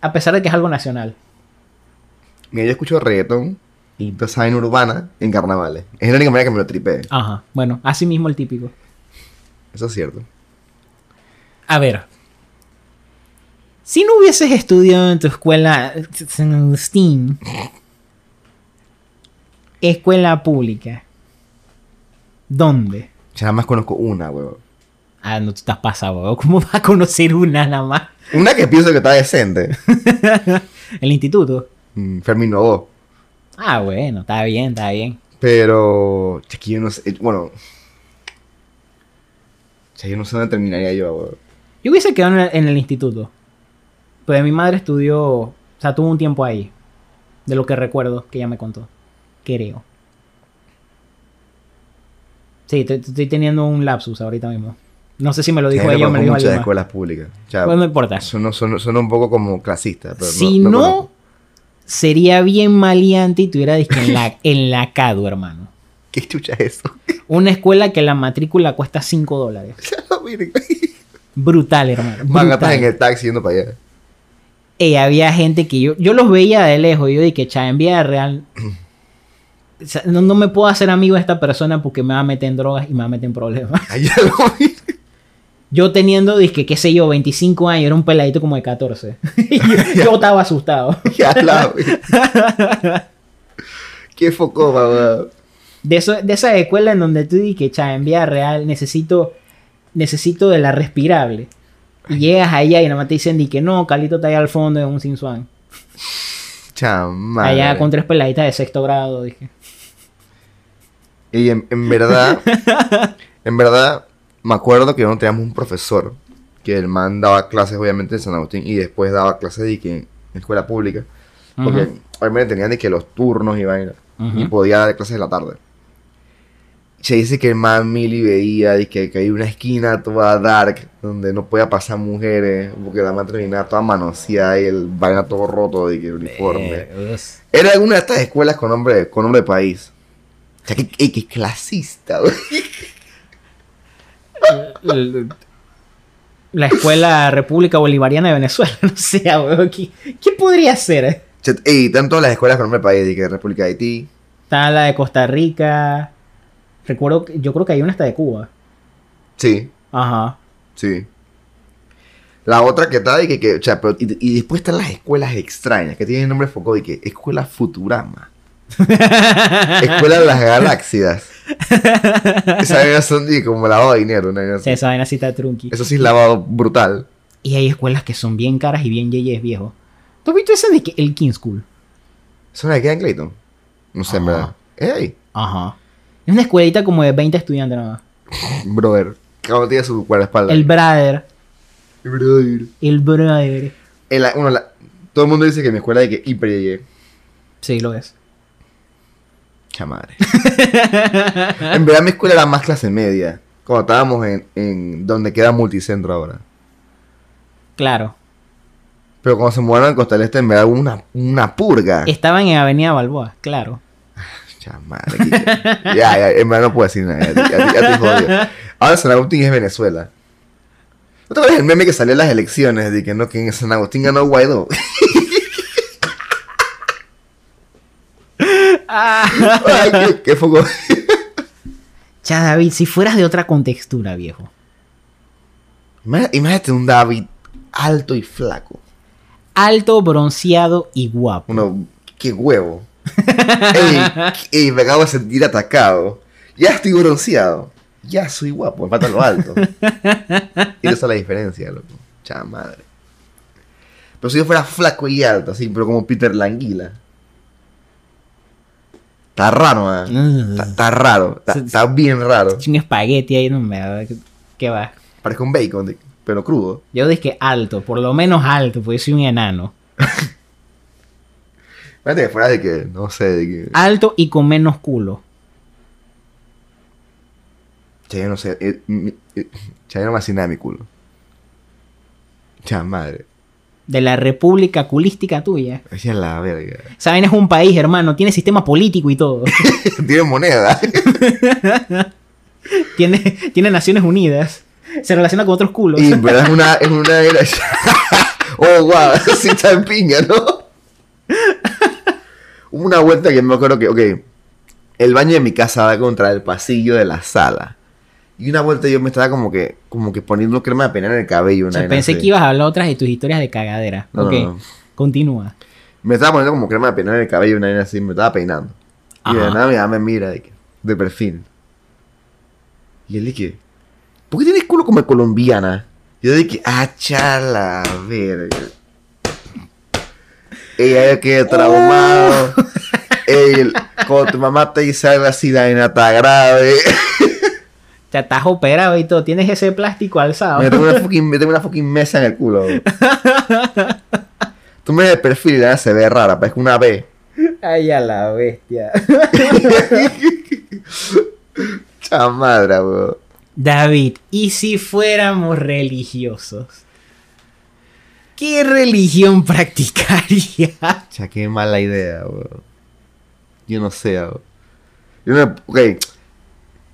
A pesar de que es algo nacional.
Mira, yo escucho reggaetón y toda esa vaina urbana en carnavales. Es la única manera que me lo tripee.
Ajá. Bueno, así mismo el típico.
Eso es cierto.
A ver. Si no hubieses estudiado en tu escuela eh, San Agustín, escuela pública, ¿dónde?
Ya nada más conozco una, huevo.
Ah, no, [LAUGHS] tú estás pasado, weón. ¿Cómo vas a conocer una nada más?
Una que pienso que está decente. [LAUGHS]
El instituto.
Mm, Fermín Novo.
Ah, bueno, está bien, está bien.
Pero. Es que yo no sé. Bueno. O sea, yo no sé dónde terminaría yo, huevo.
Yo hubiese quedado en el, en el instituto. Pues mi madre estudió, o sea, tuvo un tiempo ahí. De lo que recuerdo, que ella me contó. Creo. Sí, estoy, estoy teniendo un lapsus ahorita mismo. No sé si me lo dijo
O sea, yo
ella o
no
me
conozco
lo dijo
muchas
alguien más.
escuelas públicas. O sea,
Pues no importa.
suena, suena- suena un poco como clasista. Pero
si no,
no, conozco.
sería bien maleante y tuviera disque en la, en la CADU, hermano.
¿Qué chucha es eso? [LAUGHS]
Una escuela que la matrícula cuesta 5 dólares.
Ya la verga.
Brutal, hermano.
Van a estar
brutal. Eh,
en el taxi yendo para allá.
Ey, había gente que yo, yo los veía de lejos, y yo dije, cha, en vida real, o sea, no, no me puedo hacer amigo de esta persona porque me va a meter en drogas y me va a meter en problemas. [LAUGHS]
Ahí ya lo vi. [LAUGHS]
Yo teniendo, dizque, qué sé yo, 25 años, era un peladito como de 14. [LAUGHS] Y yo, yo estaba asustado.
Ya la
[LAUGHS]
vi. Qué foco, mamá.
De, eso, de esa escuela en donde tú dices, cha, en vida real necesito, necesito de la respirable. Y llegas allá y nada más te dicen, di que no, Calito está allá al fondo en un Sin Swan.
Chama.
Allá con tres peladitas de sexto grado, dije.
Y en,
[LAUGHS]
en verdad, en verdad, me acuerdo que nosotros teníamos un profesor que el man daba clases, obviamente, en San Agustín y después daba clases de que en escuela pública. Porque
Ujú.
obviamente tenían de que los turnos y vaina.
Ujú.
Y podía dar clases en la tarde. Se dice que el man Mili veía de que, que hay una esquina toda dark donde no podía pasar mujeres porque la man terminaba toda manoseada y el vaina todo roto de que el uniforme.
Eh,
Era alguna de estas escuelas con nombre, con nombre de país. O sea, que, que- que clasista, güey.
El- La escuela República Bolivariana de Venezuela, [LAUGHS] no sé, weón, ¿qué, qué podría ser?
O sea, Y están todas las escuelas con nombre de país, de que República de Haití.
Está la de Costa Rica. Recuerdo, que- yo creo que hay una hasta de Cuba.
Sí,
Ajá. [LAUGHS]
sí. La otra que está, y que, que o sea, pero- y, y después están las escuelas extrañas, que tienen nombre Foucault, y que Escuela Futurama. Escuela de
[LAUGHS]
las Galaxias. Esas vainas son de como lavado de dinero, una vaina
O sea,
así.
esa vaina sí está trunqui.
Eso sí es lavado brutal.
Y hay escuelas que son bien caras y bien yeyes, viejo. ¿Tú has visto esa de que el King School?
¿Eso no le queda en Clayton? No sé, en
Ajá.
verdad. Es ahí.
Ajá. Es una escuelita como de 20 estudiantes nada más.
Brother. Cada uno tiene su guardaespaldas.
El brother.
Brother.
El brother.
En la- bueno, la- todo el mundo dice que mi escuela de que hiper llegué.
Sí, lo es.
Chamadre. en verdad mi escuela era más clase media. Cuando estábamos en, en donde queda multicentro ahora.
Claro.
Pero cuando se mudaron a Costa del Este, en verdad hubo una, una purga.
Estaban en Avenida Balboa, claro.
Chamadre. Kike. [LAUGHS] ya, ya, en verdad no puedo decir nada. Ya, te- ya te- ya te jodí. Ahora San Agustín es Venezuela. ¿No te acuerdas el meme que salió en las elecciones? De que no, que en San Agustín ganó Guaidó. [LAUGHS] Ah. Ay, qué, qué foco.
Ya, David, si fueras de otra contextura, viejo.
Ima- Imagínate un David alto y flaco.
Alto, bronceado y guapo.
Uno, qué huevo. ey, ey, me acabo de sentir atacado. Ya estoy bronceado. Ya soy guapo, me falta lo alto. y esa es la diferencia, loco. Chá madre. Pero si yo fuera flaco y alto, así, pero como Peter Languila. Está raro, ¿eh?
Mm.
Está, está raro. Está,
Sí,
está bien raro.
Es un espagueti ahí, no me ¿Qué va?
Parece un bacon, de- pero crudo.
Yo dije alto, por lo menos alto, porque soy un enano.
Imagínate que fuera de que, no sé, de que.
Alto y con menos culo.
Che, yo no sé. eh, mi- eh, che, yo no me hacía nada de mi culo. Cha madre.
De la república culística tuya.
Hacía la verga. [LAUGHS]
Saben, es un país, hermano. Tiene sistema político y todo. [LAUGHS]
Tiene moneda.
tiene, tiene Naciones Unidas. Se relaciona con otros culos.
y en verdad es una. Es una era. [LAUGHS] oh, wow. [LAUGHS] Sí, está en piña, ¿no? [LAUGHS] Hubo una vuelta que me acuerdo que, ok. El baño de mi casa da contra el pasillo de la sala. Y una vuelta yo me estaba como que, como que poniendo crema de pena en el cabello.
O
Una
sea,
vaina
pensé
así.
que ibas a hablar otras de tus historias de cagadera.
No, no,
ok,
no.
continúa.
Me estaba poniendo como crema de peinar en el cabello, una vaina así, me estaba peinando. Y de
Ajá.
nada mi mamá me mira de, que- de perfil. Y él dije, ¿por qué tienes culo como de colombiana? Y yo dije, ah, chala, verga. Ella yo quedé traumado. Él, cuando tu mamá te dice algo así, la vaina está grave.
Te estás operado y todo. Tienes ese plástico alzado.
Me tengo una fucking, me tengo una fucking mesa en el culo. bro. Tú me ves de perfil y la vaina se ve rara, parece una B.
[LAUGHS] Ay, a la bestia. [LAUGHS]
Chamadra, bro.
David, ¿y si fuéramos religiosos? ¿Qué religión [LAUGHS] practicaría?
Cha, qué mala idea, bro. Yo no sé, bro. Yo no, ok.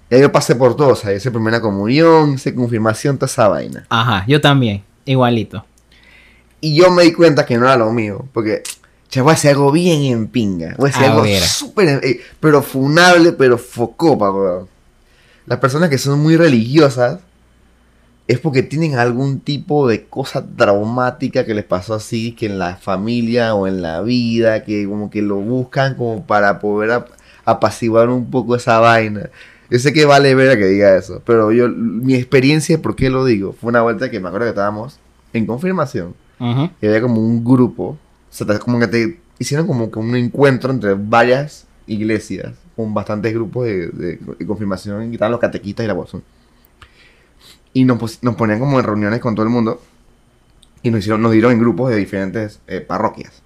Ya yo pasé por todo, o sea, hice primera comunión, hice confirmación, toda esa vaina.
Ajá, yo también. Igualito.
Y yo me di cuenta que no era lo mío, porque Ya voy a hacer algo bien en pinga. Voy a hacer
A
algo
ver.
súper. en- eh, pero funable, pero focopa, weón. Las personas que son muy religiosas es porque tienen algún tipo de cosa traumática que les pasó así, que en la familia o en la vida, que como que lo buscan como para poder ap- apaciguar un poco esa vaina. Yo sé que vale ver a que diga eso, pero yo, mi experiencia, ¿por qué lo digo? Fue una vuelta que me acuerdo que estábamos en confirmación
Ujú.
y había como un grupo, o sea, te- como que te hicieron como que un encuentro entre varias iglesias, con bastantes grupos de, de- de confirmación, y estaban los catequistas y la voz. Y nos, pus- nos ponían como en reuniones con todo el mundo, y nos, hicieron, nos dieron en grupos de diferentes eh, parroquias.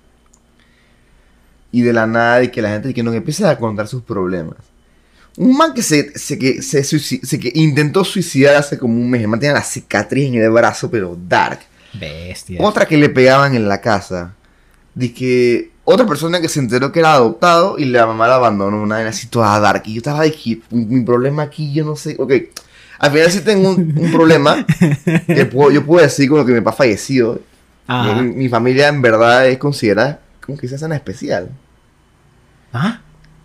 Y de la nada, y que la gente que nos empieza a contar sus problemas. Un man que se, se- que se, suici- se que intentó suicidar hace como un mes. El man tenía la cicatriz en el brazo, pero dark.
Bestia.
Otra que le pegaban en la casa. Dice que otra persona que se enteró que era adoptado y la mamá la abandonó una vez así toda dark. Y yo estaba de que mi mi problema aquí, yo no sé. Ok, al final sí tengo un, un problema que puedo- yo puedo decir con lo que mi papá falleció.
Ajá.
Mi, mi familia en verdad es considerada como que se hacen especial.
Ah,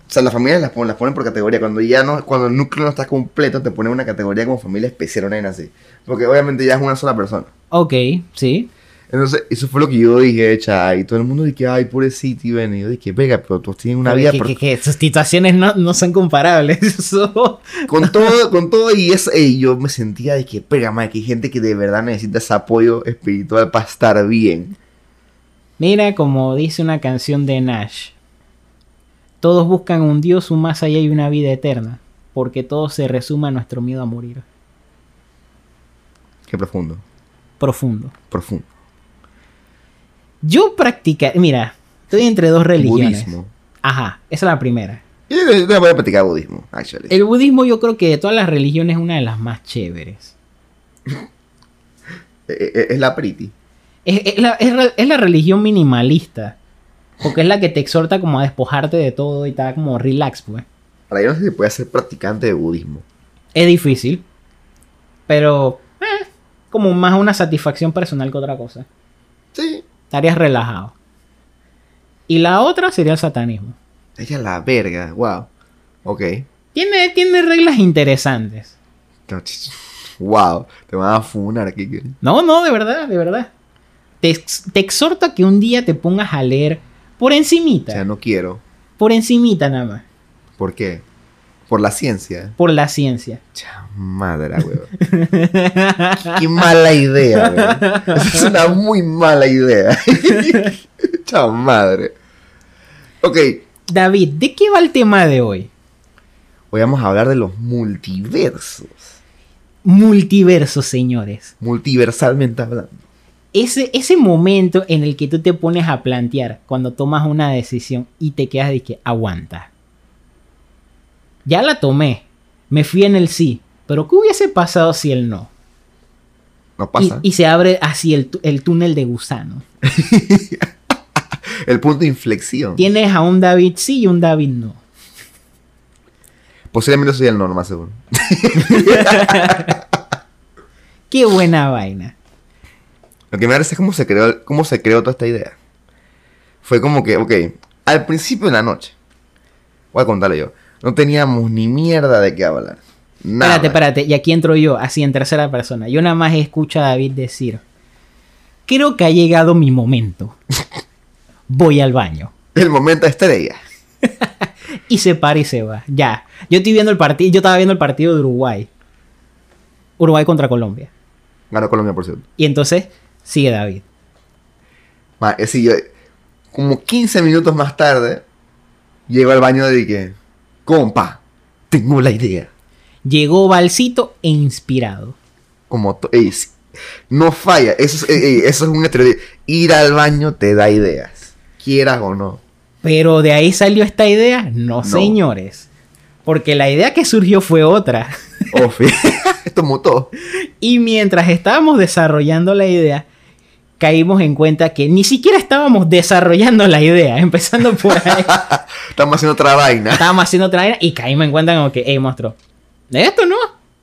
O sea, las familias las ponen, las ponen por categoría. Cuando ya no, cuando el núcleo no está completo, te ponen una categoría como familia especial, una vaina así. Porque obviamente ya es una sola persona.
Ok, sí.
Entonces, eso fue lo que yo dije, echa, y todo el mundo dije, ay, pobrecito, y ven, y yo dije, venga, pero tú tienes una vida,
que,
por-
que- que sus situaciones no, no son comparables. [LAUGHS] Eso- [LAUGHS]
con todo, con todo, y eso, y yo me sentía de que, pega, madre, que hay gente que de verdad necesita ese apoyo espiritual para estar bien.
Mira como dice una canción de Nash. Todos buscan un Dios, un más allá y una vida eterna. Porque todo se resume a nuestro miedo a morir.
Qué profundo,
Profundo.
profundo.
Yo practica... Mira, estoy entre dos religiones.
Budismo.
Ajá, esa es la primera.
Yo yo- yo voy a practicar budismo, actually.
El budismo yo creo que de todas las religiones es una de las más chéveres.
Eh, eh, es la priti.
Es, es la, es re- es la religión minimalista. Porque es la que te exhorta como a despojarte de todo y tal, como relax, pues.
Para yo no sé si puede ser practicante de budismo.
Es difícil. Pero eh, como más una satisfacción personal que otra cosa.
Sí.
Estarías relajado. Y la otra sería el satanismo.
Ella la verga, wow. Ok.
Tiene, tiene reglas interesantes.
[LAUGHS] Wow, te van a funar aquí.
No, no, de verdad, de verdad. Te, ex- te exhorto a que un día te pongas a leer por
O
encimita.
sea, no quiero.
Por encimita nada más.
¿Por qué? Por la ciencia.
Por la ciencia.
[LAUGHS] Cha madre,
[LAUGHS]
weón. Qué mala idea, weón. Esa es una muy mala idea. [LAUGHS] Cha madre. Ok,
David, ¿de qué va el tema de hoy?
hoy vamos a hablar de los multiversos.
Multiverso, señores.
Multiversalmente hablando.
Ese, ese momento en el que tú te pones a plantear cuando tomas una decisión y te quedas de que aguanta. Ya la tomé. Me fui en el sí. Pero ¿qué hubiese pasado si el no?
Nos
Y-
pasa.
Y, se abre así el, tu- el túnel de gusano.
El punto de inflexión.
Tienes a un David sí y un David no.
Posiblemente soy el norma, seguro.
Qué buena vaina.
Lo que me parece es cómo se creó, cómo se creó toda esta idea. Fue como que, ok, al principio de la noche, voy a contarle yo, no teníamos ni mierda de qué hablar. Nada.
Espérate, espérate. Y aquí entro yo, así en tercera persona. Yo nada más escucho a David decir: Creo que ha llegado mi
[LAUGHS]
momento. Voy al baño.
El momento estrella.
Y se para y se va. Ya. Yo estoy viendo el partido. Yo estaba viendo el partido de Uruguay. Uruguay contra Colombia.
Ganó Colombia, por cierto.
Y entonces sigue David.
Ma, es decir, yo, como 15 minutos más tarde, llego al baño de que, compa, tengo la idea.
Llegó Balsito e inspirado.
Como, to- ey, sí, no falla. Eso es, ey, ey, eso es un estereotipo. Ir al baño te da ideas, quieras o no.
Pero de ahí salió esta idea. No,
No.
señores. Porque la idea que surgió fue otra. [LAUGHS]
Ofi. [LAUGHS] Esto mutó.
Y mientras estábamos desarrollando la idea, caímos en cuenta que ni siquiera estábamos desarrollando la idea. [LAUGHS] Empezando por ahí.
Estamos haciendo otra vaina.
estábamos haciendo otra vaina y caímos en cuenta como que, hey, monstruo, esto no.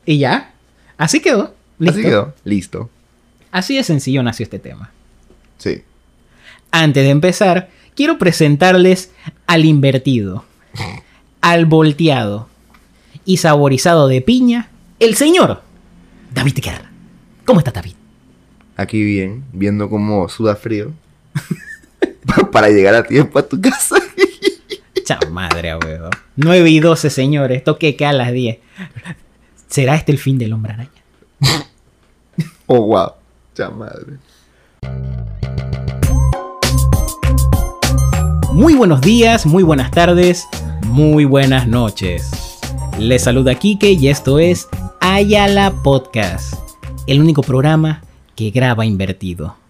Y ya. Así quedó. Listo.
Así quedó. Listo.
Así de sencillo nació este tema.
Sí.
Antes de empezar, Quiero presentarles al invertido, al volteado y saborizado de piña, el señor David Guerra. ¿Cómo está David?
Aquí bien, viendo cómo suda frío. [LAUGHS] para llegar a tiempo a tu casa.
Chao madre, weón. 9 y 12, señores. Toque que a las 10. ¿Será este el fin del hombre araña?
Oh, wow. Chao madre.
Muy buenos días, muy buenas tardes, muy buenas noches. Les saluda Kike y esto es Ayala Podcast, el único programa que graba invertido.